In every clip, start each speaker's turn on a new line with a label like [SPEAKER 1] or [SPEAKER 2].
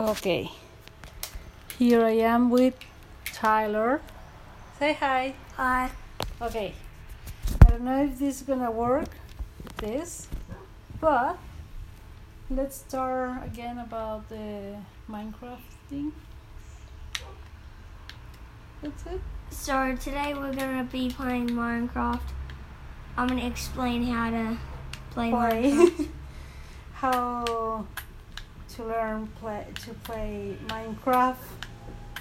[SPEAKER 1] Okay. Here I am with Tyler. Say hi.
[SPEAKER 2] Hi.
[SPEAKER 1] Okay. I don't know if this is gonna work, this, but let's start again about the Minecraft thing. That's it.
[SPEAKER 2] So today we're gonna be playing Minecraft. I'm gonna explain how to play Minecraft.
[SPEAKER 1] how to learn play to play Minecraft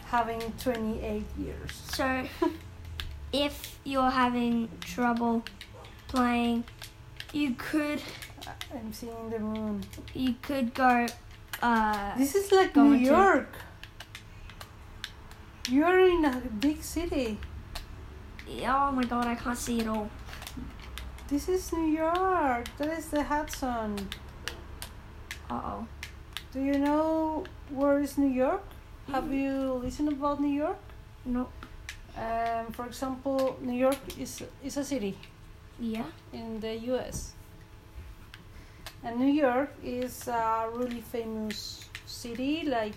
[SPEAKER 1] having 28 years.
[SPEAKER 2] so if you're having trouble playing, you could
[SPEAKER 1] I'm seeing the moon.
[SPEAKER 2] you could go. Uh,
[SPEAKER 1] This is like
[SPEAKER 2] Going
[SPEAKER 1] New
[SPEAKER 2] to-
[SPEAKER 1] York. You're in a big city.
[SPEAKER 2] oh my god, I can't see it all.
[SPEAKER 1] This is New York. That is the Hudson.
[SPEAKER 2] Uh oh.
[SPEAKER 1] Do you know where is New York? Have you listened about New York?
[SPEAKER 2] No.
[SPEAKER 1] Um, for example, New York is is a city
[SPEAKER 2] Yeah.
[SPEAKER 1] in the U.S. And New York is a really famous city. Like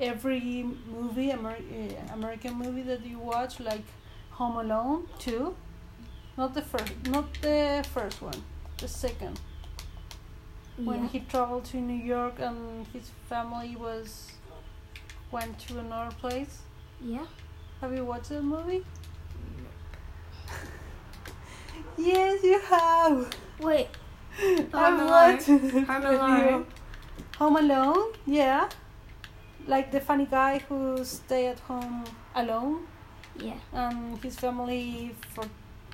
[SPEAKER 1] every movie, Amer- uh, American movie that you watch, like Home Alone two, not the first, not the first one, the second. when
[SPEAKER 2] yeah.
[SPEAKER 1] he traveled to New York and his family was went to another place.
[SPEAKER 2] yeah.
[SPEAKER 1] Have you watched that movie? yes, you have.
[SPEAKER 2] Wait. Oh,
[SPEAKER 1] I've
[SPEAKER 2] Alone.
[SPEAKER 1] watched it with
[SPEAKER 2] Home
[SPEAKER 1] you.
[SPEAKER 2] Alone.
[SPEAKER 1] Home Alone, yeah. Like the funny guy who stay at home alone
[SPEAKER 2] Yeah.
[SPEAKER 1] and his family for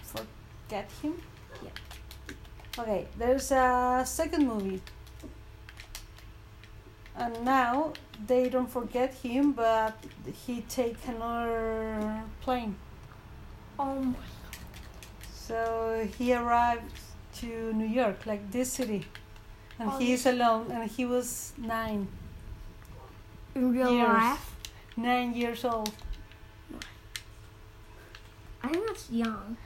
[SPEAKER 1] forget him.
[SPEAKER 2] Yeah.
[SPEAKER 1] Okay, there's a second movie. And now they don't forget him, but he take another plane.
[SPEAKER 2] Oh my.
[SPEAKER 1] So he arrived to New York, like this city, and
[SPEAKER 2] Oh,
[SPEAKER 1] he
[SPEAKER 2] this-
[SPEAKER 1] is alone. And he was nine,
[SPEAKER 2] In real
[SPEAKER 1] Years.
[SPEAKER 2] life.
[SPEAKER 1] nine years old.
[SPEAKER 2] I think that's young.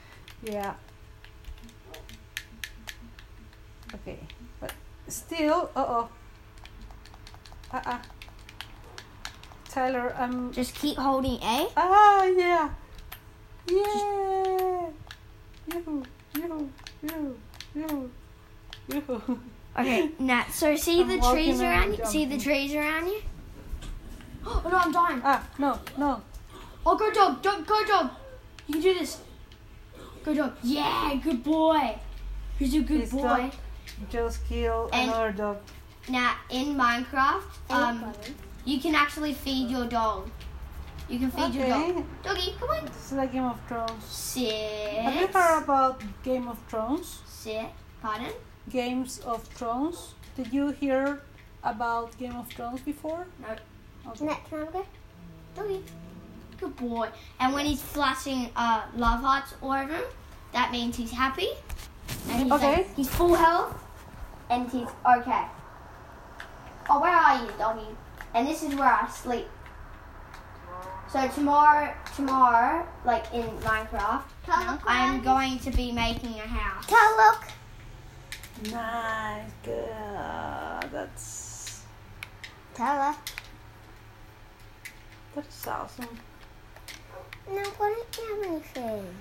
[SPEAKER 1] Yeah. Okay, but still, uh oh. Uh uh. Tyler, I'm.
[SPEAKER 2] Just keep holding A.
[SPEAKER 1] Ah, yeah! Yeah! Yoo, yoo, yoo, yoo, yoo.
[SPEAKER 2] Okay, now so see
[SPEAKER 1] I'm
[SPEAKER 2] the
[SPEAKER 1] walking
[SPEAKER 2] trees
[SPEAKER 1] and
[SPEAKER 2] around you. See the
[SPEAKER 1] jumping.
[SPEAKER 2] trees around you. Oh no, I'm dying.
[SPEAKER 1] Ah, no, no.
[SPEAKER 2] Oh, go dog, dog, go dog. You can do this. Go dog. Yeah, good boy. He's a good
[SPEAKER 1] He's
[SPEAKER 2] boy.
[SPEAKER 1] done. Just kill
[SPEAKER 2] And-
[SPEAKER 1] another dog.
[SPEAKER 2] Now in Minecraft, um, you can actually feed your dog. You can feed your dog.
[SPEAKER 1] Okay,
[SPEAKER 2] Doggy, come on.
[SPEAKER 1] it's like Game of Thrones.
[SPEAKER 2] Six.
[SPEAKER 1] Have you heard about Game of Thrones?
[SPEAKER 2] Six. Pardon?
[SPEAKER 1] Games of Thrones. Did you hear about Game of Thrones before?
[SPEAKER 2] No.
[SPEAKER 1] Okay.
[SPEAKER 2] Isn't that Tamagotchi? Doggy. Good boy. And when he's flashing uh, love hearts all over him, that means he's happy. And he's,
[SPEAKER 1] Okay.
[SPEAKER 2] like, he's full health. And he's okay. Oh, where are you, doggy? And this is where I sleep. So tomorrow, tomorrow, like in Minecraft, I'm going to be making a house.
[SPEAKER 3] look.
[SPEAKER 1] Nice, good. That's
[SPEAKER 3] Tyler.
[SPEAKER 1] that's awesome.
[SPEAKER 3] No, what do you have anything?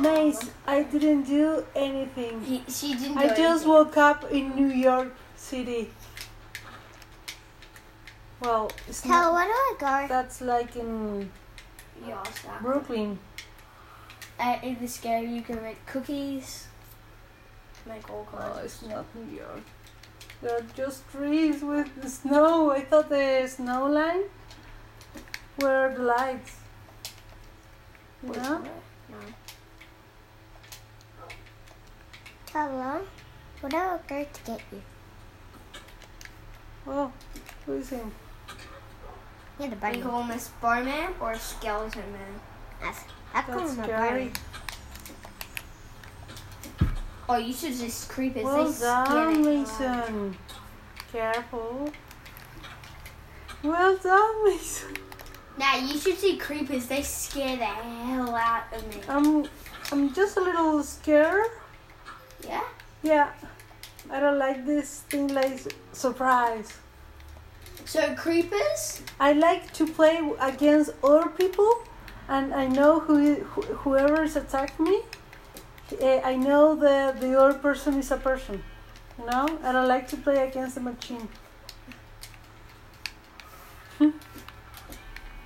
[SPEAKER 1] Nice. I didn't do anything.
[SPEAKER 2] He- she didn't.
[SPEAKER 1] I
[SPEAKER 2] do
[SPEAKER 1] just
[SPEAKER 2] anything.
[SPEAKER 1] woke up in New York City. Well, it's
[SPEAKER 3] Tyler,
[SPEAKER 1] not,
[SPEAKER 3] where do I go?
[SPEAKER 1] that's like in
[SPEAKER 2] You asked that.
[SPEAKER 1] Brooklyn.
[SPEAKER 2] Uh, in this game, you can make cookies, make all kinds.
[SPEAKER 1] Oh,
[SPEAKER 2] of
[SPEAKER 1] it's
[SPEAKER 2] stuff.
[SPEAKER 1] not New York. There are just trees with the snow. I thought the snow line were the lights. You know?
[SPEAKER 3] Tyler, where do I go to get you?
[SPEAKER 1] Oh, who is him?
[SPEAKER 3] You're the
[SPEAKER 2] We
[SPEAKER 3] bunny.
[SPEAKER 2] call him a Spider-Man or a Skeleton Man.
[SPEAKER 3] That's, I call
[SPEAKER 1] That's
[SPEAKER 3] him a
[SPEAKER 1] scary.
[SPEAKER 3] bunny.
[SPEAKER 2] Oh, you should just creep as
[SPEAKER 1] Well
[SPEAKER 2] they scan
[SPEAKER 1] done,
[SPEAKER 2] it.
[SPEAKER 1] Mason. Careful. Well done, Mason.
[SPEAKER 2] Now you should see creepers. They scare the hell out of me.
[SPEAKER 1] I'm, I'm just a little scared.
[SPEAKER 2] Yeah.
[SPEAKER 1] Yeah, I don't like this thing like surprise.
[SPEAKER 2] So creepers.
[SPEAKER 1] I like to play w- against other people, and I know who, who whoever's attacked me. eh, I know the the other person is a person, you know. I don't like to play against the machine.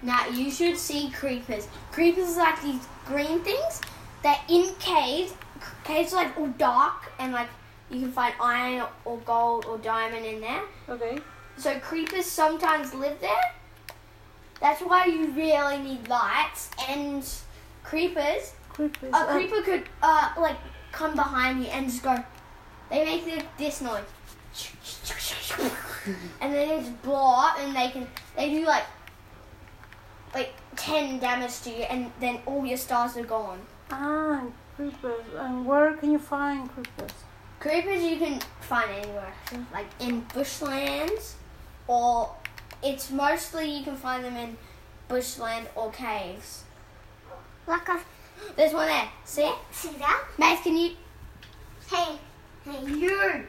[SPEAKER 2] Now you should see creepers. Creepers are like these green things. They're in caves. C- Caves are like all dark and like you can find iron or gold or diamond in there.
[SPEAKER 1] Okay.
[SPEAKER 2] So creepers sometimes live there. That's why you really need lights and creepers.
[SPEAKER 1] Creepers.
[SPEAKER 2] A creeper could uh like come behind you and just go. They make the, this noise, and then they just blow up, and they can they do like like ten damage to you, and then all your stars are gone.
[SPEAKER 1] Ah, creepers. And where can you find creepers?
[SPEAKER 2] Creepers you can find anywhere, like in bushlands, or it's mostly you can find them in bushland or caves.
[SPEAKER 3] Look off.
[SPEAKER 2] There's one there. See,
[SPEAKER 3] See that?
[SPEAKER 2] Mace, can you?
[SPEAKER 3] Hey, hey, you,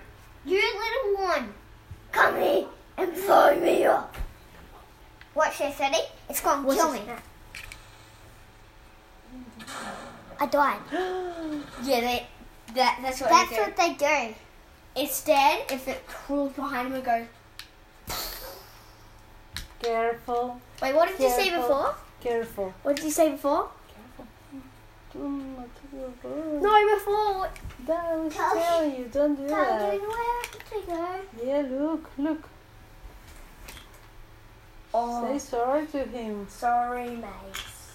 [SPEAKER 3] you little one, come here and blow me up. Watch this, ready? It's going to
[SPEAKER 2] What's
[SPEAKER 3] kill me.
[SPEAKER 2] this?
[SPEAKER 3] I died.
[SPEAKER 2] Yeah, they. That, that's what. they
[SPEAKER 3] That's
[SPEAKER 2] do.
[SPEAKER 3] what they do.
[SPEAKER 2] Instead, if it crawls behind him and goes,
[SPEAKER 1] Careful,
[SPEAKER 2] wait, what did you say
[SPEAKER 1] Careful.
[SPEAKER 2] before?
[SPEAKER 1] careful.
[SPEAKER 2] What did you say before?
[SPEAKER 1] Don't look at your bird.
[SPEAKER 2] No, before.
[SPEAKER 1] That I was
[SPEAKER 3] Tell-
[SPEAKER 1] telling you, don't do
[SPEAKER 3] Tell
[SPEAKER 1] that.
[SPEAKER 3] you where to go.
[SPEAKER 1] Yeah, look, look. Say
[SPEAKER 2] Oh,
[SPEAKER 1] sorry to him.
[SPEAKER 2] sorry, Mace.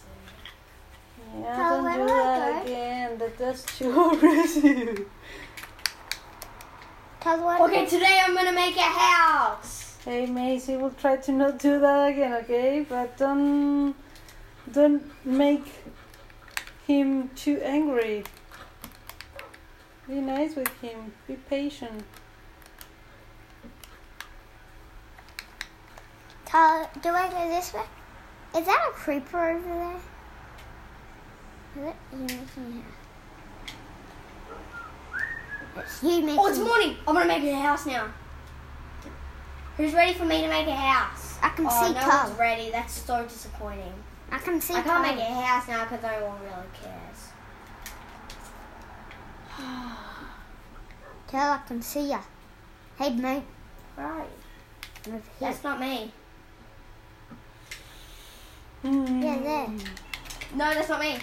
[SPEAKER 1] Yeah,
[SPEAKER 3] Tell
[SPEAKER 1] don't
[SPEAKER 3] where
[SPEAKER 1] do
[SPEAKER 3] do I
[SPEAKER 1] that
[SPEAKER 3] go?
[SPEAKER 1] again. That, that's too aggressive.
[SPEAKER 3] Tell what.
[SPEAKER 2] Okay, today I'm gonna make a house.
[SPEAKER 1] Hey, Macy, we'll try to not do that again, okay? But don't, don't make him too angry. Be nice with him. Be patient.
[SPEAKER 3] Tell, do I go this way? Is that a creeper over there? Is it you making me a- It's you making
[SPEAKER 2] Oh, it's morning. I'm gonna make a house now. Who's ready for me to make a house?
[SPEAKER 3] I can
[SPEAKER 2] Oh,
[SPEAKER 3] see
[SPEAKER 2] no
[SPEAKER 3] Carl.
[SPEAKER 2] one's ready. That's so disappointing.
[SPEAKER 3] I can see
[SPEAKER 2] I can't make
[SPEAKER 3] Carl.
[SPEAKER 2] a house now because no one really cares.
[SPEAKER 3] Tell I can see ya. Hey, mate.
[SPEAKER 2] Where are you?
[SPEAKER 3] I'm over here.
[SPEAKER 2] That's not me.
[SPEAKER 3] Yeah, there.
[SPEAKER 2] No, that's not me.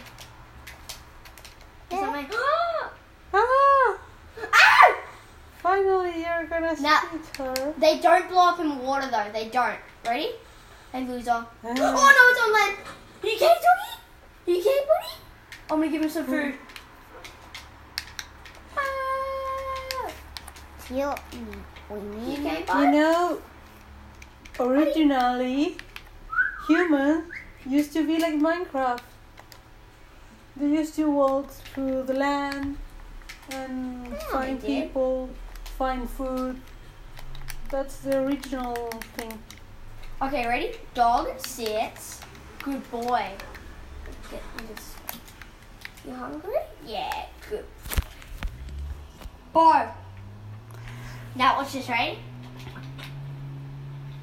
[SPEAKER 2] That's not me.
[SPEAKER 1] Ah!
[SPEAKER 2] ah!
[SPEAKER 1] Finally, you're gonna see
[SPEAKER 2] Now-
[SPEAKER 1] her.
[SPEAKER 2] They don't blow up in water though. They don't. Ready? Hey loser. oh
[SPEAKER 1] Ah.
[SPEAKER 3] Uh-huh.
[SPEAKER 2] no, it's on land. You can't do it. You can't, buddy. I'm gonna give him some food. Ah.
[SPEAKER 3] It's you. mm,
[SPEAKER 2] You
[SPEAKER 3] We Uh, need
[SPEAKER 2] can't,
[SPEAKER 1] You
[SPEAKER 2] bud.
[SPEAKER 1] know, originally, humans used to be like Minecraft. They used to walk through the land and
[SPEAKER 2] Oh, they
[SPEAKER 1] find
[SPEAKER 2] did.
[SPEAKER 1] people, find food. That's the original thing.
[SPEAKER 2] Okay, ready? Dog sits. Good boy. Get, you just- you hungry? Yeah. Good. Boy. Now watch this. Ready?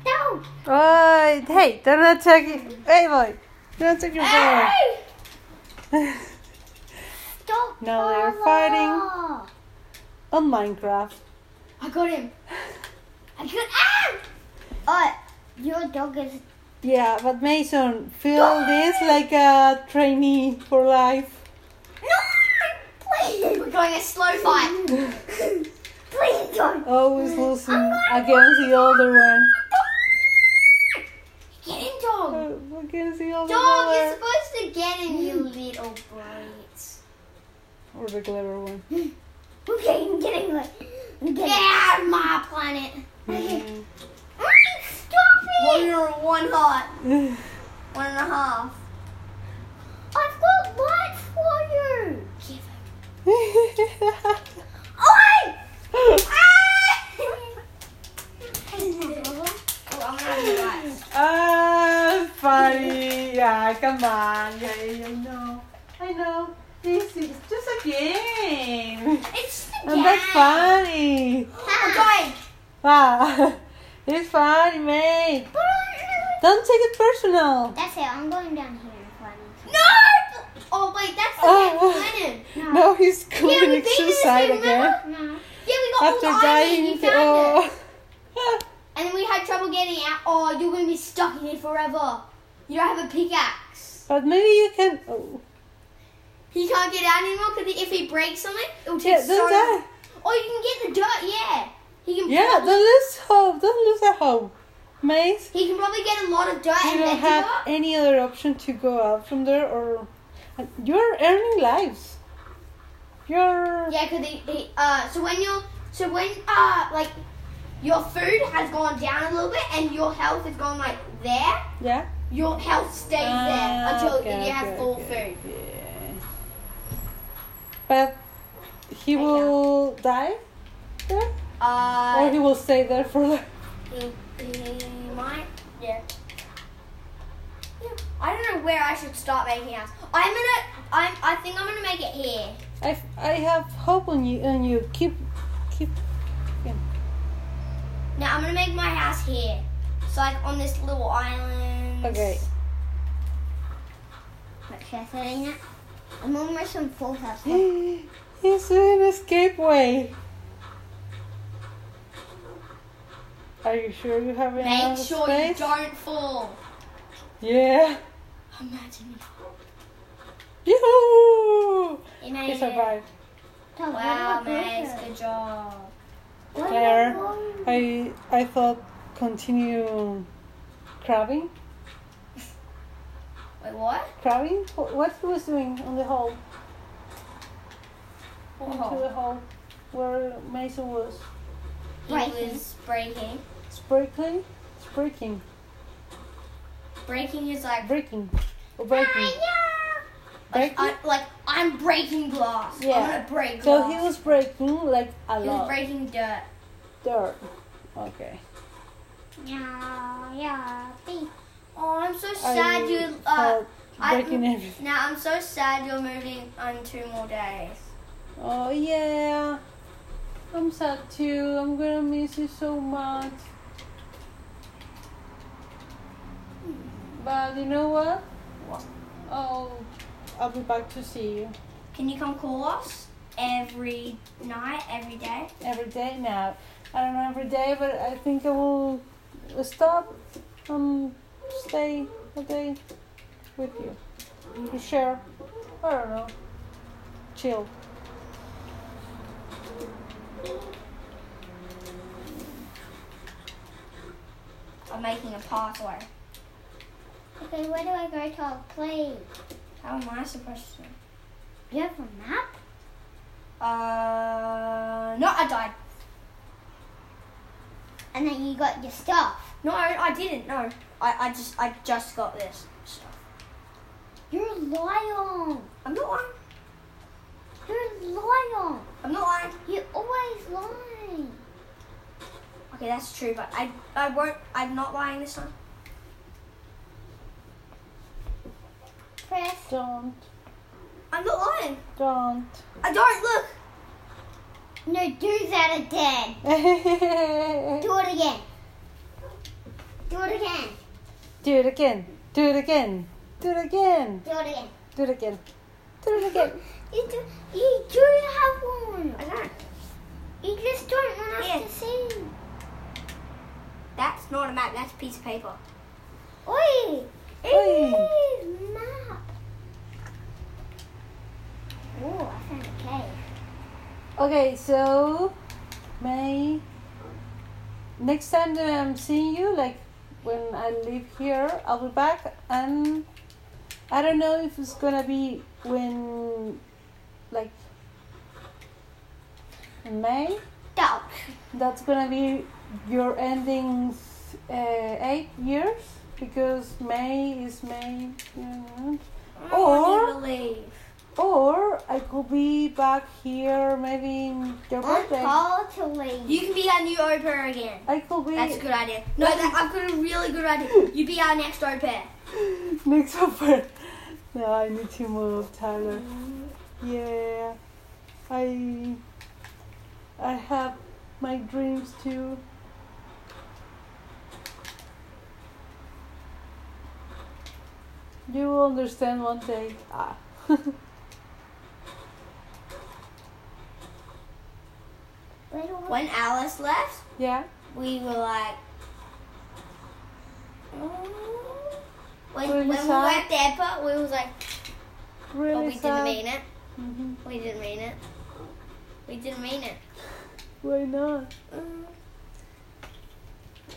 [SPEAKER 2] No.
[SPEAKER 1] Oh, hey, don't attack it. Hey, boy, don't attack your
[SPEAKER 3] Uh-huh.
[SPEAKER 2] Hey!
[SPEAKER 3] Don't
[SPEAKER 1] No, they're
[SPEAKER 3] bother.
[SPEAKER 1] fighting. On Minecraft.
[SPEAKER 2] I got him. I got ah!
[SPEAKER 3] Oh, your dog is.
[SPEAKER 1] Yeah, but Mason, feel this like a trainee for life.
[SPEAKER 3] Please,
[SPEAKER 2] We're going a slow fight.
[SPEAKER 3] please don't.
[SPEAKER 1] Always losing against the older one.
[SPEAKER 2] Get in, dog.
[SPEAKER 1] Uh, against the older
[SPEAKER 2] Dog, you're
[SPEAKER 1] one.
[SPEAKER 2] supposed to get in, you little brats.
[SPEAKER 1] Or the clever one.
[SPEAKER 3] Okay, I'm getting away. I'm
[SPEAKER 2] Get
[SPEAKER 3] getting
[SPEAKER 2] out of my planet. Mm-hmm.
[SPEAKER 1] Mm.
[SPEAKER 2] Stop it. One or one heart. One and a half.
[SPEAKER 3] I've got lights for you.
[SPEAKER 2] Give it.
[SPEAKER 3] Oi!
[SPEAKER 2] Oh, I'm gonna be right.
[SPEAKER 1] ah, funny. Yeah, come on. Yeah, yeah, I know. I know. This is just a game.
[SPEAKER 2] It's just a
[SPEAKER 1] And that's
[SPEAKER 2] game.
[SPEAKER 1] funny.
[SPEAKER 2] I'm going.
[SPEAKER 1] Ah. It's fine, mate. Don't take it personal.
[SPEAKER 3] That's it. I'm going down here if I need
[SPEAKER 2] No! Oh wait, that's the
[SPEAKER 1] Oh.
[SPEAKER 2] same Lennon.
[SPEAKER 3] to.
[SPEAKER 1] Now he's
[SPEAKER 2] Yeah,
[SPEAKER 1] committing
[SPEAKER 2] we babied the
[SPEAKER 1] suicide
[SPEAKER 2] same
[SPEAKER 1] again.
[SPEAKER 3] No. No.
[SPEAKER 2] Yeah, we got
[SPEAKER 1] After
[SPEAKER 2] old dying,
[SPEAKER 1] dying,
[SPEAKER 2] island. You found it.
[SPEAKER 1] oh.
[SPEAKER 2] And then we had trouble getting out. Oh, you're gonna be stuck in here forever. You don't have a pickaxe.
[SPEAKER 1] but maybe you can. Oh.
[SPEAKER 2] He can't get out anymore because if he breaks something, it'll take
[SPEAKER 1] Yeah,
[SPEAKER 2] so.
[SPEAKER 1] don't die.
[SPEAKER 2] Or you can get the dirt. Yeah, he can.
[SPEAKER 1] Yeah, don't lose hope. Don't lose that hope, mate.
[SPEAKER 2] He can probably get a lot of dirt
[SPEAKER 1] You
[SPEAKER 2] and
[SPEAKER 1] don't
[SPEAKER 2] then
[SPEAKER 1] have
[SPEAKER 2] dirt.
[SPEAKER 1] any other option to go out from there, or and you're earning lives. You're
[SPEAKER 2] Yeah, because he, he, uh, so when your, so when, uh, like, your food has gone down a little bit and your health has gone, like, there,
[SPEAKER 1] yeah.
[SPEAKER 2] your health stays
[SPEAKER 1] Ah,
[SPEAKER 2] there until
[SPEAKER 1] okay,
[SPEAKER 2] you have
[SPEAKER 1] okay,
[SPEAKER 2] full
[SPEAKER 1] okay.
[SPEAKER 2] food.
[SPEAKER 1] Yeah. But he
[SPEAKER 2] I know.
[SPEAKER 1] will die there, or he
[SPEAKER 2] Uh,
[SPEAKER 1] will stay there for life.
[SPEAKER 2] he, he might, yeah. Yeah, I don't know where I should start making house. I'm gonna, I'm, I think I'm gonna make it here.
[SPEAKER 1] I I have hope on you, and you keep keep.
[SPEAKER 2] Now I'm gonna make my house here. So like on this little island.
[SPEAKER 1] Okay.
[SPEAKER 3] What should I say now? I'm almost some full house.
[SPEAKER 1] He's in escape way. Are you sure you have
[SPEAKER 2] Make
[SPEAKER 1] enough
[SPEAKER 2] sure
[SPEAKER 1] space?
[SPEAKER 2] you don't fall.
[SPEAKER 1] Yeah.
[SPEAKER 2] Imagine.
[SPEAKER 1] Yoo-hoo!
[SPEAKER 2] You made
[SPEAKER 1] He
[SPEAKER 2] it.
[SPEAKER 1] survived.
[SPEAKER 2] Wow, Maze, good job.
[SPEAKER 1] Claire, I I thought continue crabbing.
[SPEAKER 2] Wait, what?
[SPEAKER 1] Crabbing? Wh- What he was doing on the hole? Into
[SPEAKER 2] Oh.
[SPEAKER 1] the hole where Mason was
[SPEAKER 2] He
[SPEAKER 3] Breaking.
[SPEAKER 2] was breaking.
[SPEAKER 1] sprinkling, sprinkling,
[SPEAKER 2] Breaking is like,
[SPEAKER 1] breaking, or breaking,
[SPEAKER 2] like,
[SPEAKER 1] breaking.
[SPEAKER 2] I, like I'm breaking glass. I'm
[SPEAKER 1] Yeah.
[SPEAKER 2] gonna break glass.
[SPEAKER 1] So he was breaking like a
[SPEAKER 2] He was
[SPEAKER 1] lot.
[SPEAKER 2] breaking dirt.
[SPEAKER 1] Dirt. Okay.
[SPEAKER 3] Yeah, yeah, big.
[SPEAKER 2] Oh, I'm so
[SPEAKER 1] I
[SPEAKER 2] sad you. Uh,
[SPEAKER 1] felt
[SPEAKER 2] I-
[SPEAKER 1] breaking everything.
[SPEAKER 2] now I'm so sad you're moving on two more days.
[SPEAKER 1] Oh yeah. I'm sad too. I'm gonna miss you so much. But you know what?
[SPEAKER 2] What?
[SPEAKER 1] Oh, I'll be back to see you
[SPEAKER 2] Can you come call us every night, every day?
[SPEAKER 1] every day now. I don't know every day, but I think I will stop and stay a day with you. To share. I don't know. Chill.
[SPEAKER 2] I'm making a pathway.
[SPEAKER 3] Okay, where do I go to play?
[SPEAKER 2] How am I supposed to?
[SPEAKER 3] Do you have a map?
[SPEAKER 2] Uh, no, I died.
[SPEAKER 3] And then you got your stuff.
[SPEAKER 2] No, I, I didn't. No, I, I just, I just got this stuff.
[SPEAKER 3] You're a lion.
[SPEAKER 2] I'm not lying.
[SPEAKER 3] You're a lion.
[SPEAKER 2] I'm not lying.
[SPEAKER 3] You always lie.
[SPEAKER 2] Okay, that's true, but I, I won't. I'm not lying this time.
[SPEAKER 3] Press.
[SPEAKER 1] Don't.
[SPEAKER 2] I'm not lying.
[SPEAKER 1] Don't.
[SPEAKER 2] I don't look.
[SPEAKER 3] No, do that again.
[SPEAKER 1] Do
[SPEAKER 3] Do it again. Do it
[SPEAKER 1] it
[SPEAKER 3] again.
[SPEAKER 1] again. Do it again. Do it again.
[SPEAKER 3] Do it again.
[SPEAKER 1] Do it again. Do it again.
[SPEAKER 3] You do. You do have one.
[SPEAKER 2] I don't.
[SPEAKER 3] You just don't want us
[SPEAKER 2] Yeah.
[SPEAKER 3] to see.
[SPEAKER 2] That's not a map. That's a piece of paper.
[SPEAKER 3] Oi.
[SPEAKER 1] Oi.
[SPEAKER 3] Oi, Map. Oh, I found a cave.
[SPEAKER 1] Okay, so May. Next time that I'm seeing you, like when I leave here, I'll be back, and I don't know if it's gonna be when, like, in May.
[SPEAKER 3] Dog.
[SPEAKER 1] that's gonna be your ending uh, eight years because May is May. You know.
[SPEAKER 2] Oh, I
[SPEAKER 1] Or
[SPEAKER 2] want you to leave.
[SPEAKER 1] or I could be back here maybe in your
[SPEAKER 3] I'm
[SPEAKER 1] birthday.
[SPEAKER 3] called to leave.
[SPEAKER 2] You can be our new au pair again.
[SPEAKER 1] I could be
[SPEAKER 2] That's a good idea. No, that, I've got a really good idea. You be our next au pair.
[SPEAKER 1] next offer. No, I need to move, Tyler. Yeah, I I have my dreams too. You will understand one day. Ah.
[SPEAKER 2] When Alice left,
[SPEAKER 1] yeah.
[SPEAKER 2] we were like, "Mm." when,
[SPEAKER 1] Were you
[SPEAKER 2] when we were
[SPEAKER 1] sad?
[SPEAKER 2] at the airport, we was like,
[SPEAKER 1] Really
[SPEAKER 2] "Oh, we Mm-hmm.
[SPEAKER 1] sad.
[SPEAKER 2] didn't mean it.
[SPEAKER 1] Mhm.
[SPEAKER 2] We didn't mean it. We didn't mean it."
[SPEAKER 1] Why not?
[SPEAKER 2] Mm.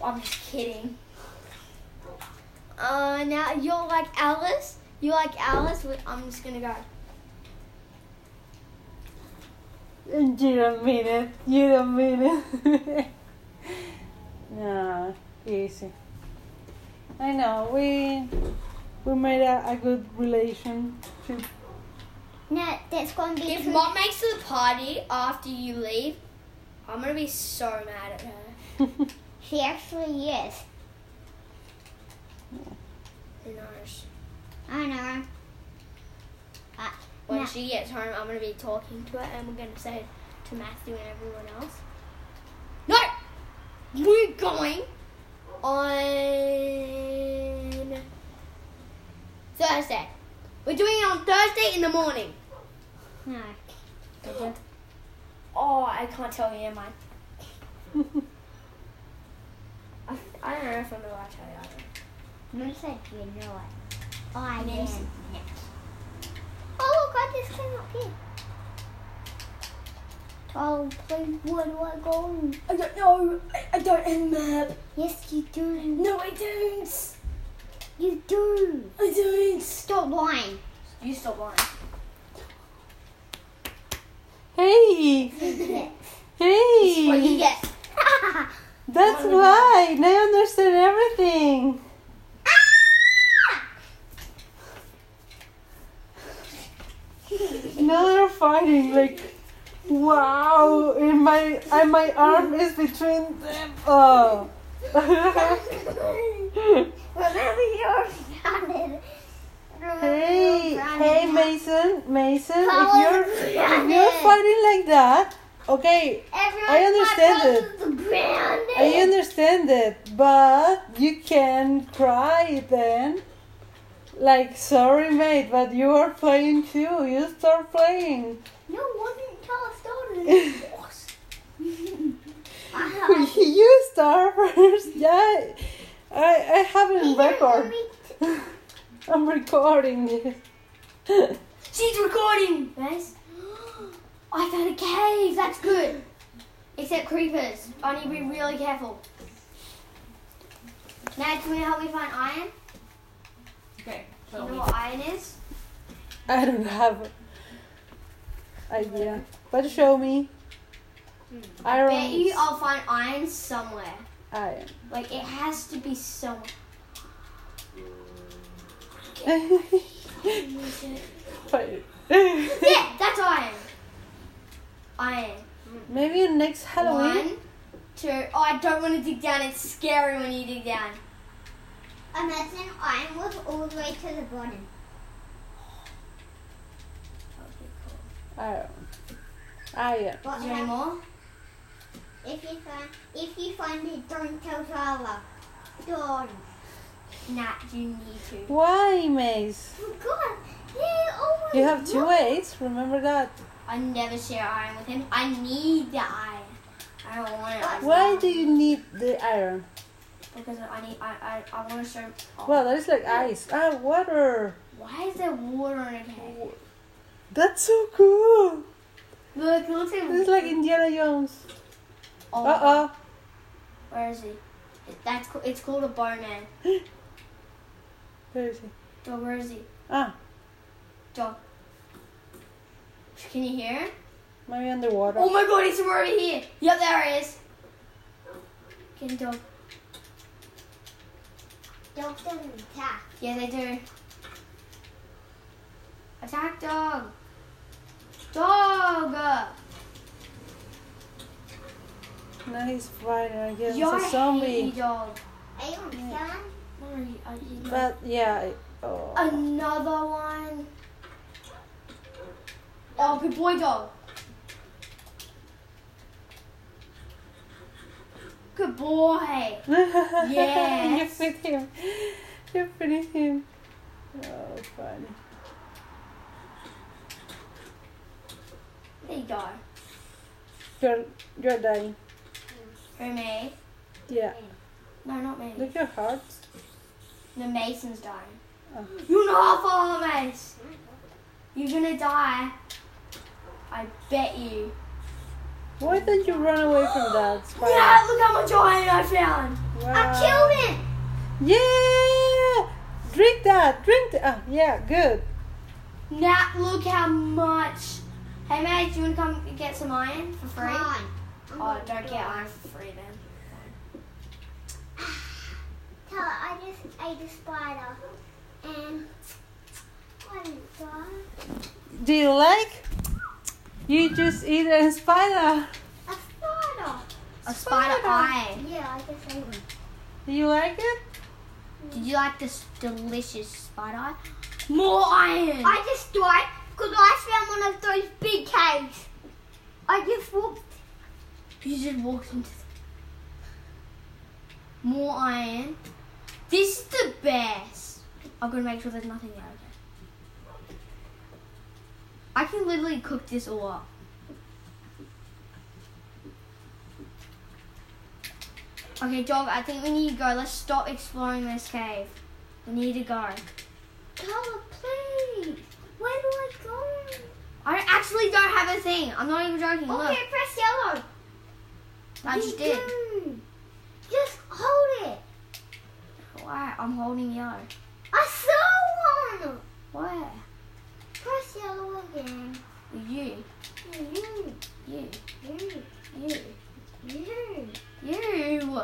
[SPEAKER 2] I'm just kidding. Uh, now you're like Alice. You like Alice. We- I'm just gonna go.
[SPEAKER 1] You don't mean it. You don't mean it. no, easy. I know we we made a, a good relationship.
[SPEAKER 3] No, that's going to be
[SPEAKER 2] If mom makes the party after you leave, I'm gonna be so mad at her.
[SPEAKER 3] She actually is.
[SPEAKER 2] Who knows?
[SPEAKER 3] I know.
[SPEAKER 2] When
[SPEAKER 3] No.
[SPEAKER 2] she gets home, I'm gonna be talking to her and we're gonna say to Matthew and everyone else. No! We're going on Thursday. We're doing it on Thursday in the morning.
[SPEAKER 3] No.
[SPEAKER 2] Oh, I can't tell you, am I? I, I don't know if I'm allowed to tell you. I don't know.
[SPEAKER 3] I'm going to say you know it. Oh, I
[SPEAKER 2] Amazing.
[SPEAKER 3] am. Oh, look, I just came up here. Oh, please, where do I go?
[SPEAKER 2] I don't know. I, I don't have a map.
[SPEAKER 3] Yes, you do.
[SPEAKER 2] No, I don't.
[SPEAKER 3] You do.
[SPEAKER 2] I don't.
[SPEAKER 3] Stop lying.
[SPEAKER 2] You stop lying.
[SPEAKER 1] hey,
[SPEAKER 3] Yes.
[SPEAKER 2] What you
[SPEAKER 1] hey.
[SPEAKER 2] get?
[SPEAKER 1] That's why now I understand everything. now they're fighting like wow in my and my arm is between them oh
[SPEAKER 3] Remember your Remember
[SPEAKER 1] hey
[SPEAKER 3] your
[SPEAKER 1] hey Mason Mason if
[SPEAKER 3] Follow
[SPEAKER 1] you're
[SPEAKER 3] the
[SPEAKER 1] if you're
[SPEAKER 3] planet.
[SPEAKER 1] fighting like that okay
[SPEAKER 3] Everyone
[SPEAKER 1] I understand
[SPEAKER 3] follows The brand.
[SPEAKER 1] I understand it, but you can cry then. Like, sorry, mate, but you are playing too. You start playing.
[SPEAKER 3] No one didn't tell us stories.
[SPEAKER 1] you
[SPEAKER 2] Uh-huh.
[SPEAKER 1] start first. Yeah, I, I have it in record. I'm recording it.
[SPEAKER 2] She's recording. Guys, I found a cave. That's good. Except creepers. I need to be really careful. Now, can we help me find iron? Okay. You know what iron is?
[SPEAKER 1] I don't have idea. But show me. Iron.
[SPEAKER 2] Hmm. Bet you I'll find iron somewhere.
[SPEAKER 1] Iron.
[SPEAKER 2] Like it has to be somewhere.
[SPEAKER 1] Fight.
[SPEAKER 2] Yeah, that's iron. Iron.
[SPEAKER 1] Maybe on next Halloween.
[SPEAKER 2] One, two. Oh, I don't want to dig down. It's scary when you dig down.
[SPEAKER 3] Imagine I was all the way to the bottom.
[SPEAKER 1] Iron. Iron.
[SPEAKER 3] But
[SPEAKER 2] Is there any
[SPEAKER 3] um,
[SPEAKER 2] more?
[SPEAKER 3] if you find if you find it, don't tell Zala. Don't.
[SPEAKER 2] Nah, you need to.
[SPEAKER 1] Why, Maze?
[SPEAKER 3] Oh God, you always.
[SPEAKER 1] You have two eights, remember that.
[SPEAKER 2] I never share iron with him. I need the iron. I don't want it. I
[SPEAKER 1] Why
[SPEAKER 2] don't-
[SPEAKER 1] do you need the iron?
[SPEAKER 2] Because I need. I. I. I want to show. Oh.
[SPEAKER 1] Well, that is like ice. Ah, water.
[SPEAKER 2] why is there water in a cave?
[SPEAKER 1] That's so cool.
[SPEAKER 2] Look, it looks like.
[SPEAKER 1] This is like Indiana Jones.
[SPEAKER 2] oh,
[SPEAKER 1] Uh oh.
[SPEAKER 2] Where is he? It- That's. ca- It's called a bowman.
[SPEAKER 1] Where is he?
[SPEAKER 2] Dog, where is he?
[SPEAKER 1] Ah,
[SPEAKER 2] Dog. Can you hear him?
[SPEAKER 1] maybe underwater.
[SPEAKER 2] Oh my god, he's over here. Yep, there he is. Get him, dog.
[SPEAKER 3] Don't tell me attack.
[SPEAKER 2] Yeah, they do. Attack dog. Dog.
[SPEAKER 1] Now he's fighting against
[SPEAKER 2] You're
[SPEAKER 1] a zombie.
[SPEAKER 2] happy dog.
[SPEAKER 3] Are you on film?
[SPEAKER 2] Alright, I- you-
[SPEAKER 1] But yeah, I-
[SPEAKER 2] Uh,
[SPEAKER 1] oh.
[SPEAKER 2] Another one. Oh, good boy dog. Good boy.
[SPEAKER 1] yeah. you
[SPEAKER 2] Yes.
[SPEAKER 1] fit him. You fit him. Oh, funny.
[SPEAKER 2] They die.
[SPEAKER 1] You're, you're dying.
[SPEAKER 2] For me?
[SPEAKER 1] Yeah.
[SPEAKER 2] No, not me.
[SPEAKER 1] Look your heart.
[SPEAKER 2] The Mason's dying.
[SPEAKER 1] Oh.
[SPEAKER 2] You know I follow the Mace. You're gonna die. I bet you.
[SPEAKER 1] Why did you run away from that spider?
[SPEAKER 2] Yeah, look how much iron I found.
[SPEAKER 1] Wow.
[SPEAKER 2] killed it.
[SPEAKER 1] Yeah! Drink that! Drink that! Ah, yeah, good.
[SPEAKER 2] Now look how much. Hey, Mace, you wanna come get some iron for free?
[SPEAKER 3] Fine. I'm
[SPEAKER 2] Oh,
[SPEAKER 3] going to
[SPEAKER 2] don't
[SPEAKER 3] do
[SPEAKER 2] get
[SPEAKER 3] it.
[SPEAKER 2] iron for free then.
[SPEAKER 3] Tell her I just ate a spider. And I didn't die.
[SPEAKER 1] Do you like? You just eat a spider.
[SPEAKER 3] A spider.
[SPEAKER 2] A spider eye.
[SPEAKER 3] Yeah, I just ate one.
[SPEAKER 1] Do you like it?
[SPEAKER 2] Did you like this delicious spider eye? More iron.
[SPEAKER 3] I just died because I found one of those big caves. I just walked.
[SPEAKER 2] You just walked into the... more iron. This is the best. I'm gonna make sure there's nothing there. Okay. I can literally cook this all up. Okay, dog. I think we need to go. Let's stop exploring this cave. We need to go.
[SPEAKER 3] Carla, please. Where do I go?
[SPEAKER 2] I actually don't have a thing. I'm not even joking.
[SPEAKER 3] Okay, press yellow.
[SPEAKER 2] Look, I just
[SPEAKER 3] You
[SPEAKER 2] did.
[SPEAKER 3] do. Just hold it.
[SPEAKER 2] Why? I'm holding yellow.
[SPEAKER 3] I saw one.
[SPEAKER 2] Where?
[SPEAKER 3] Press yellow again.
[SPEAKER 2] You.
[SPEAKER 3] You,
[SPEAKER 2] You.
[SPEAKER 3] you,
[SPEAKER 2] You.
[SPEAKER 3] you.
[SPEAKER 2] You.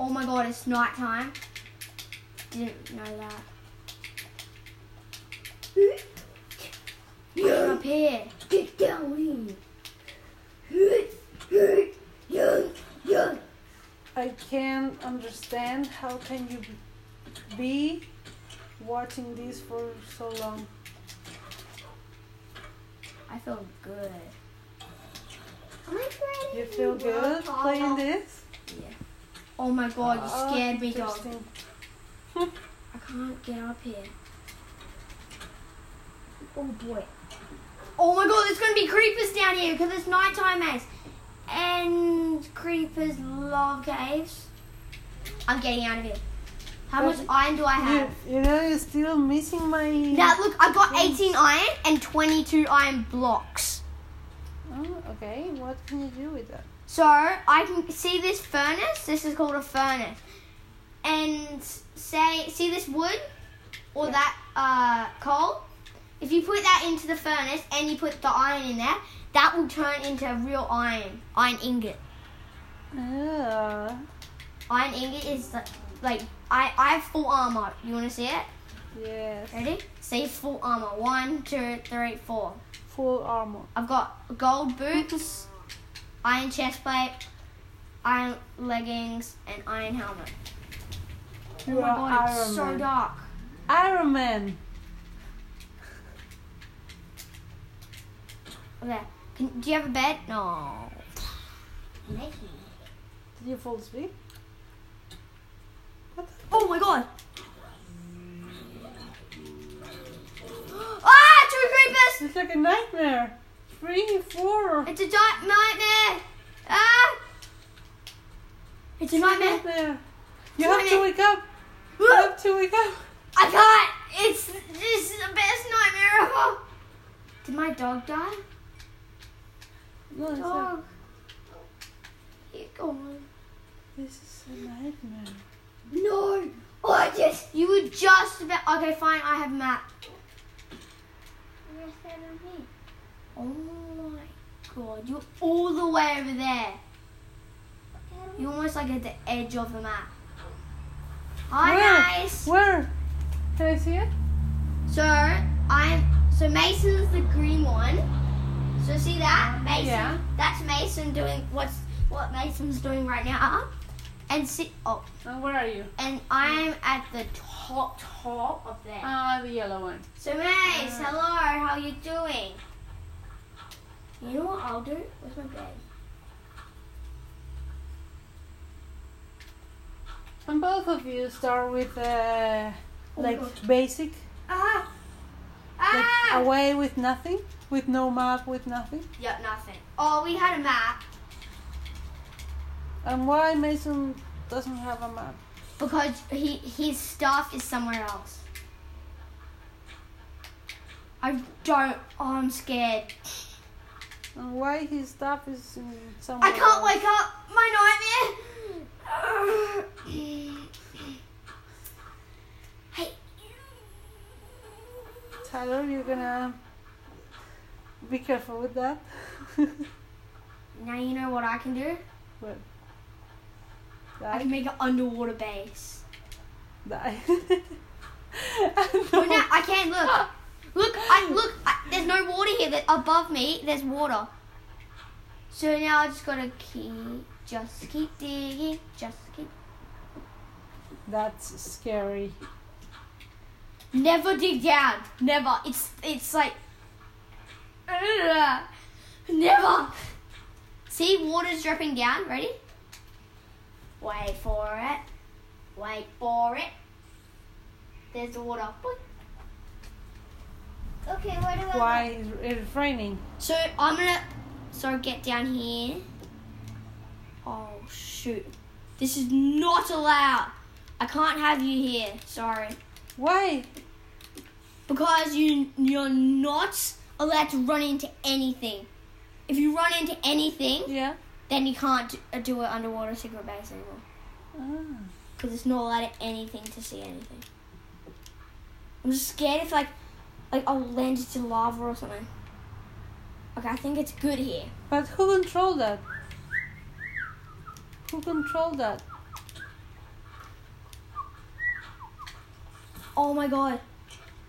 [SPEAKER 2] Oh my god, it's night time. Didn't know that. Come up here.
[SPEAKER 3] Get down here.
[SPEAKER 1] I can't understand how can you be watching this for so long.
[SPEAKER 2] I feel good.
[SPEAKER 1] You feel good playing this?
[SPEAKER 2] Oh my god, you scared
[SPEAKER 3] Oh,
[SPEAKER 2] me, dog.
[SPEAKER 1] Interesting.
[SPEAKER 2] I can't get up here. Oh boy. Oh my god, there's gonna be creepers down here because it's nighttime, Max. And creepers love caves. I'm getting out of here. How much iron do I have?
[SPEAKER 1] You, you know, you're still missing my.
[SPEAKER 2] Now look, I got 18 iron and 22 iron blocks.
[SPEAKER 1] Oh, okay, what can you do with that?
[SPEAKER 2] So I can see this furnace. This is called a furnace. And say, see this wood or that uh, coal. If you put that into the furnace and you put the iron in there, that will turn into real iron, iron ingot.
[SPEAKER 1] Ah,
[SPEAKER 2] Iron ingot is like, like I, I have full armor. You want to see it?
[SPEAKER 1] yes.
[SPEAKER 2] Ready? See full armor. One, two, three, four.
[SPEAKER 1] Full armor.
[SPEAKER 2] I've got gold boots, iron chestplate, iron leggings, and iron helmet. Oh
[SPEAKER 1] You
[SPEAKER 2] my
[SPEAKER 1] are
[SPEAKER 2] god, it's
[SPEAKER 1] Iron
[SPEAKER 2] so
[SPEAKER 1] Man.
[SPEAKER 2] dark.
[SPEAKER 1] Iron Man!
[SPEAKER 2] Okay, Can, do you have a bed? No.
[SPEAKER 1] Did you fall asleep?
[SPEAKER 2] Oh my god! ah, two creepers!
[SPEAKER 1] It's like a nightmare. Three, four.
[SPEAKER 2] It's a dark nightmare! Ah! It's a nightmare!
[SPEAKER 1] nightmare. You have to wake up. You
[SPEAKER 2] Ah,
[SPEAKER 1] have to wake up.
[SPEAKER 2] I can't! It's this is the best nightmare ever! Did my dog die?
[SPEAKER 1] No, it's not.
[SPEAKER 2] Dog. You're gone.
[SPEAKER 1] This is a nightmare.
[SPEAKER 2] No. Oh, I just. You were just about. Okay, fine. I have map. Oh my god. You're all the way over there. You're almost like at the edge of the map. Hi,
[SPEAKER 1] Where?
[SPEAKER 2] guys.
[SPEAKER 1] Where? Can I see it?
[SPEAKER 2] So I'm. So Mason's the green one. So see that Mason.
[SPEAKER 1] Yeah.
[SPEAKER 2] That's Mason doing what's what Mason's doing right now. And see. Oh,
[SPEAKER 1] And where are you?
[SPEAKER 2] and I'm at the top top of there.
[SPEAKER 1] Ah, the yellow one.
[SPEAKER 2] So Mace, hello, how you doing? You know what I'll do? Where's my bed?
[SPEAKER 1] And both of you start with uh, like basic,
[SPEAKER 3] Ah!
[SPEAKER 1] like away with nothing, with no map, with nothing.
[SPEAKER 2] Yep, nothing. Oh, we had a map
[SPEAKER 1] And why Mason doesn't have a map?
[SPEAKER 2] because he his stuff is somewhere else. I don't. Oh, I'm scared.
[SPEAKER 1] And why his stuff is in somewhere?
[SPEAKER 2] I can't
[SPEAKER 1] else?
[SPEAKER 2] wake up. My nightmare.
[SPEAKER 3] Hey.
[SPEAKER 1] Tyler, you're gonna be careful with that.
[SPEAKER 2] now you know what I can do. I
[SPEAKER 1] Die.
[SPEAKER 2] can make an underwater base.
[SPEAKER 1] Die. I
[SPEAKER 2] Oh
[SPEAKER 1] know.
[SPEAKER 2] no, I can't look. Look, I look. I, there's no water here. That above me, there's water. So now I just gotta keep, just keep digging, just keep.
[SPEAKER 1] That's scary.
[SPEAKER 2] Never dig down. Never. It's it's like. Ugh. Never. See, water's dripping down. Ready? Wait for it. Wait for it. There's the water. Boing.
[SPEAKER 3] Okay, where do I
[SPEAKER 1] Why is it's raining?
[SPEAKER 2] So I'm gonna so get down here. Oh shoot. This is not allowed. I can't have you here, sorry.
[SPEAKER 1] Why?
[SPEAKER 2] Because you you're not allowed to run into anything. If you run into anything,
[SPEAKER 1] Yeah.
[SPEAKER 2] then you can't do- uh, do an underwater secret base anymore.
[SPEAKER 1] Ah.
[SPEAKER 2] Because it's not allowed to anything to see anything. I'm just scared if like like I'll land into lava or something. Okay, I think it's good here.
[SPEAKER 1] But who control that? Who control that?
[SPEAKER 2] Oh my god.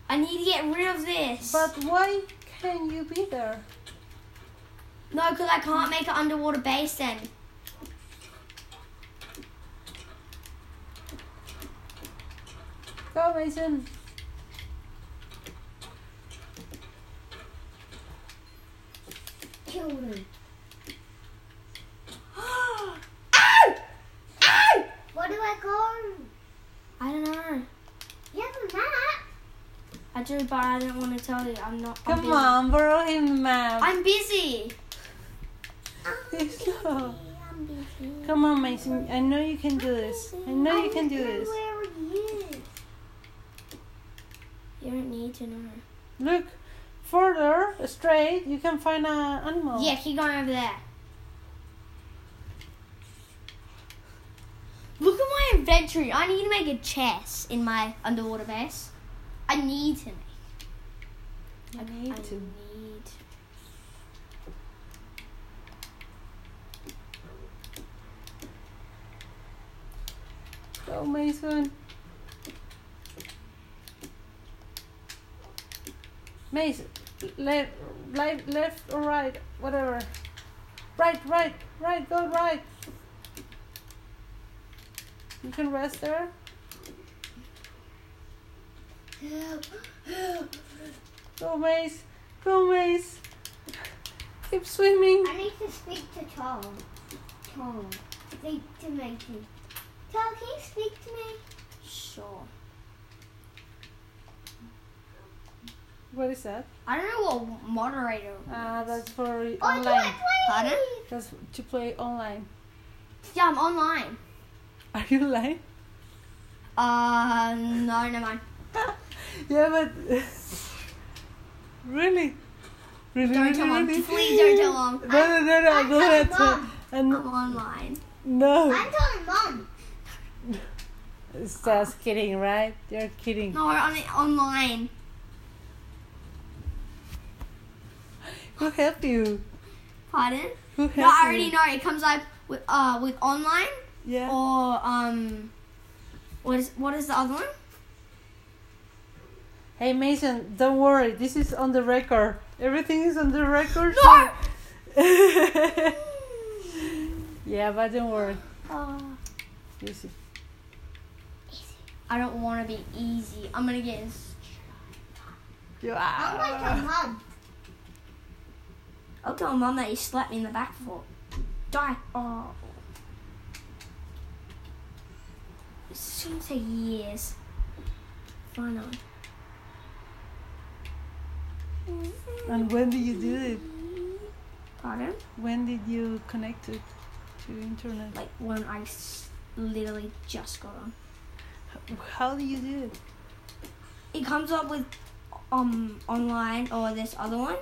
[SPEAKER 2] I need to get rid of this.
[SPEAKER 1] But why can you be there?
[SPEAKER 2] no, because I can't make an underwater base then.
[SPEAKER 1] Go, Mason.
[SPEAKER 3] kill him?
[SPEAKER 2] Ow! Ow!
[SPEAKER 3] Where do I go?
[SPEAKER 2] I don't know.
[SPEAKER 3] You have a map.
[SPEAKER 2] I do, but I don't want to tell you. I'm not. I'm
[SPEAKER 1] Come
[SPEAKER 2] busy.
[SPEAKER 1] on, borrow him the map.
[SPEAKER 2] I'm busy.
[SPEAKER 1] No. Come on, Mason. I know you can do this. I know you can do this.
[SPEAKER 3] Where you?
[SPEAKER 2] You don't need to know.
[SPEAKER 1] Look, further straight, you can find an animal.
[SPEAKER 2] Yeah, keep going over there. Look at my inventory. I need to make a chest in my underwater base. I need to make.
[SPEAKER 1] I need
[SPEAKER 2] I
[SPEAKER 1] to.
[SPEAKER 2] need.
[SPEAKER 1] Go, Mason. Mason, left, left, left or right, whatever. Right, right, right, go right. You can rest there. Go, Mace. Go, Mace. Keep swimming.
[SPEAKER 3] I need to speak to Tom. Tom, speak to Mason. Tom, can you speak to me?
[SPEAKER 2] Sure.
[SPEAKER 1] What is that?
[SPEAKER 2] I don't know what moderator.
[SPEAKER 1] Ah, that's for
[SPEAKER 3] Oh, do I
[SPEAKER 1] online.
[SPEAKER 3] play?
[SPEAKER 2] Pardon?
[SPEAKER 1] That's to play online.
[SPEAKER 2] Yeah, I'm online.
[SPEAKER 1] Are you lying?
[SPEAKER 2] Uh, no, never mind.
[SPEAKER 1] yeah, but really, really,
[SPEAKER 2] Don't
[SPEAKER 1] really,
[SPEAKER 2] tell mom.
[SPEAKER 1] really?
[SPEAKER 2] Please don't tell mom.
[SPEAKER 1] No, no, no, no.
[SPEAKER 3] I'm
[SPEAKER 1] go
[SPEAKER 3] telling
[SPEAKER 1] ahead.
[SPEAKER 3] Mom.
[SPEAKER 2] I'm
[SPEAKER 1] And
[SPEAKER 2] online.
[SPEAKER 1] no,
[SPEAKER 3] I'm telling Mom.
[SPEAKER 1] it's just kidding, right? You're kidding.
[SPEAKER 2] No, on online.
[SPEAKER 1] Who helped you?
[SPEAKER 2] Pardon?
[SPEAKER 1] Who helped
[SPEAKER 2] No, I already
[SPEAKER 1] you?
[SPEAKER 2] know. It comes up with uh with online
[SPEAKER 1] Yeah.
[SPEAKER 2] or um, what is what is the other one?
[SPEAKER 1] Hey, Mason, don't worry. This is on the record. Everything is on the record.
[SPEAKER 2] No.
[SPEAKER 1] so- yeah, but don't worry.
[SPEAKER 2] Uh,
[SPEAKER 1] You see.
[SPEAKER 2] I don't want to be easy. I'm gonna get. Ins-
[SPEAKER 1] You
[SPEAKER 3] I
[SPEAKER 2] Oh
[SPEAKER 3] want to
[SPEAKER 1] are.
[SPEAKER 3] Mom.
[SPEAKER 2] I'll tell mom that you slapped me in the back before. Die. Oh.
[SPEAKER 3] It's gonna take years. Fine on.
[SPEAKER 1] And when did you do it?
[SPEAKER 3] Pardon?
[SPEAKER 1] When did you connect it to the internet?
[SPEAKER 3] Like when I s- literally just got on.
[SPEAKER 1] How do you do it?
[SPEAKER 3] It comes up with um online or this other one,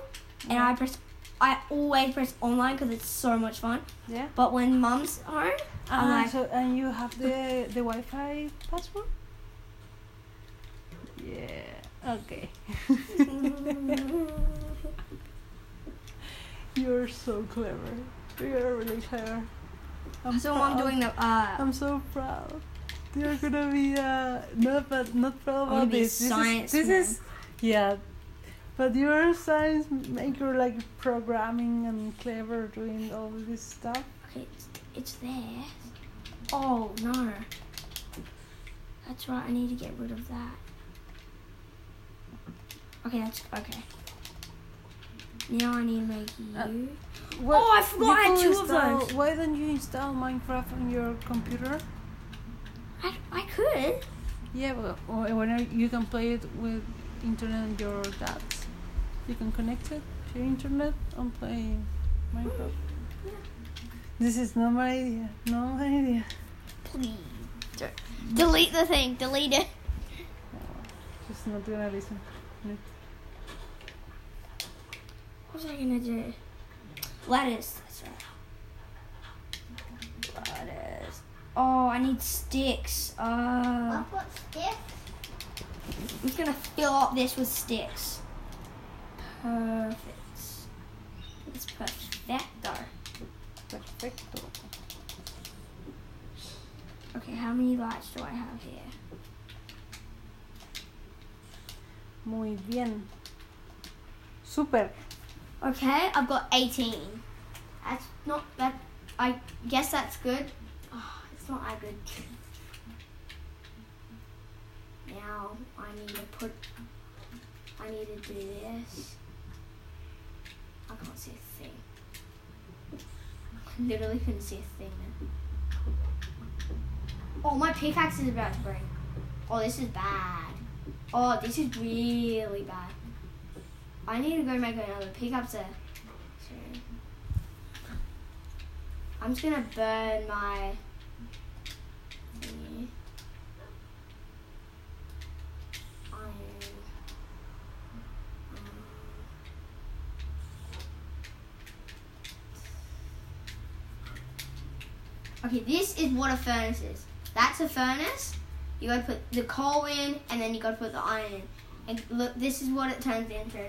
[SPEAKER 3] and I press. I always press online because it's so much fun.
[SPEAKER 1] Yeah.
[SPEAKER 3] But when mum's uh, home, I'm
[SPEAKER 1] Ah,
[SPEAKER 3] like,
[SPEAKER 1] so and you have the the Wi-Fi password? Yeah. Okay. You're so clever. You're really clever. I'm
[SPEAKER 3] so
[SPEAKER 1] prou-
[SPEAKER 3] I'm doing the. Uh,
[SPEAKER 1] I'm so proud. You're gonna be uh not but not proud
[SPEAKER 3] gonna
[SPEAKER 1] about
[SPEAKER 3] be a
[SPEAKER 1] this. This
[SPEAKER 3] science
[SPEAKER 1] is, this
[SPEAKER 3] man.
[SPEAKER 1] is yeah. But you're a science maker, like programming and clever, doing all this stuff.
[SPEAKER 3] okay, it's, it's there. Oh no. That's right. I need to get rid of that. Okay, that's okay. Now I need to make you.
[SPEAKER 1] Uh,
[SPEAKER 3] Oh, I forgot I had
[SPEAKER 1] you
[SPEAKER 3] two of
[SPEAKER 1] install-
[SPEAKER 3] those.
[SPEAKER 1] Why don't you install Minecraft on your computer?
[SPEAKER 3] I, I could.
[SPEAKER 1] Yeah, oh, but or- when you can play it with internet on your dad's, you can connect it to your internet and play Minecraft. This is not my idea. Not my idea.
[SPEAKER 2] Please. Delete the thing. Delete it.
[SPEAKER 1] She's not gonna listen.
[SPEAKER 3] What was I gonna do? Lettuce. That's right. Lettuce. Oh, I need sticks. Uh,
[SPEAKER 2] I've got stiff.
[SPEAKER 3] I'm just gonna fill up this with sticks. Perfect. It's perfecto.
[SPEAKER 1] Perfecto.
[SPEAKER 3] Okay, how many lights do I have here?
[SPEAKER 1] Muy bien. Super.
[SPEAKER 2] Okay, I've got 18. That's not that. I guess that's good. Oh, it's not that good. Now I need to put. I need to do this. I can't see a thing. I literally couldn't see a thing. Then. Oh, my pickaxe is about to break. Oh, this is bad. Oh, this is really bad. I need to go make another pickup there. Sorry. I'm just gonna burn my. thingy. Iron. Um, Okay, this is what a furnace is. That's a furnace. You gotta put the coal in, and then you gotta put the iron in. And look, this is what it turns into.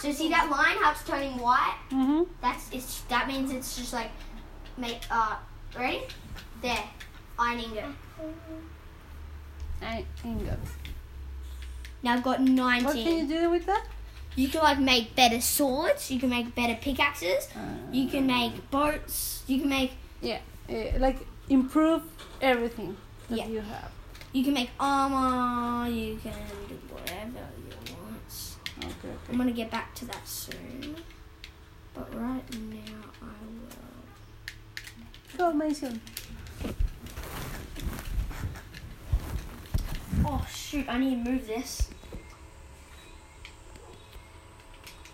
[SPEAKER 2] So see that line, how it's turning white?
[SPEAKER 1] Mm-hmm.
[SPEAKER 2] That's it's that means it's just like make uh ready? There. Ironing it.
[SPEAKER 1] I ingot.
[SPEAKER 2] Now I've got
[SPEAKER 1] What can you
[SPEAKER 2] nineteen.
[SPEAKER 1] do with that?
[SPEAKER 2] You can like make better swords, you can make better pickaxes,
[SPEAKER 1] Uh,
[SPEAKER 2] you can make boats, you can make
[SPEAKER 1] yeah, eh, like improve everything that
[SPEAKER 2] Yeah.
[SPEAKER 1] you have.
[SPEAKER 2] you can make armor, you can do whatever you want.
[SPEAKER 1] Okay.
[SPEAKER 2] I'm gonna get back to that soon. But right now I will
[SPEAKER 1] Go, Mason.
[SPEAKER 2] Oh shoot, I need to move this.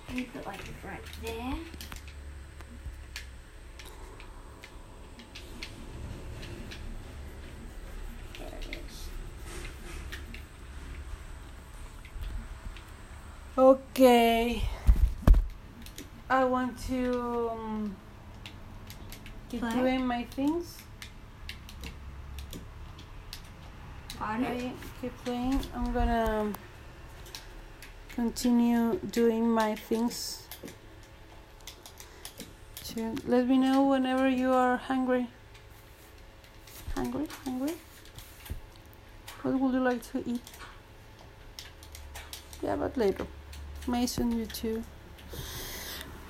[SPEAKER 2] I need to put like right there. There it is.
[SPEAKER 1] Okay. I want to um, keep
[SPEAKER 3] Play?
[SPEAKER 1] doing my things.
[SPEAKER 3] Pardon?
[SPEAKER 1] I keep playing. I'm gonna um, continue doing my things. So let me know whenever you are hungry. Hungry? Hungry? What would you like to eat? Yeah, but later. Mason, you too.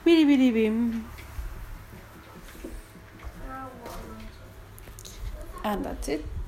[SPEAKER 1] Bidi bidi bim. And that's it.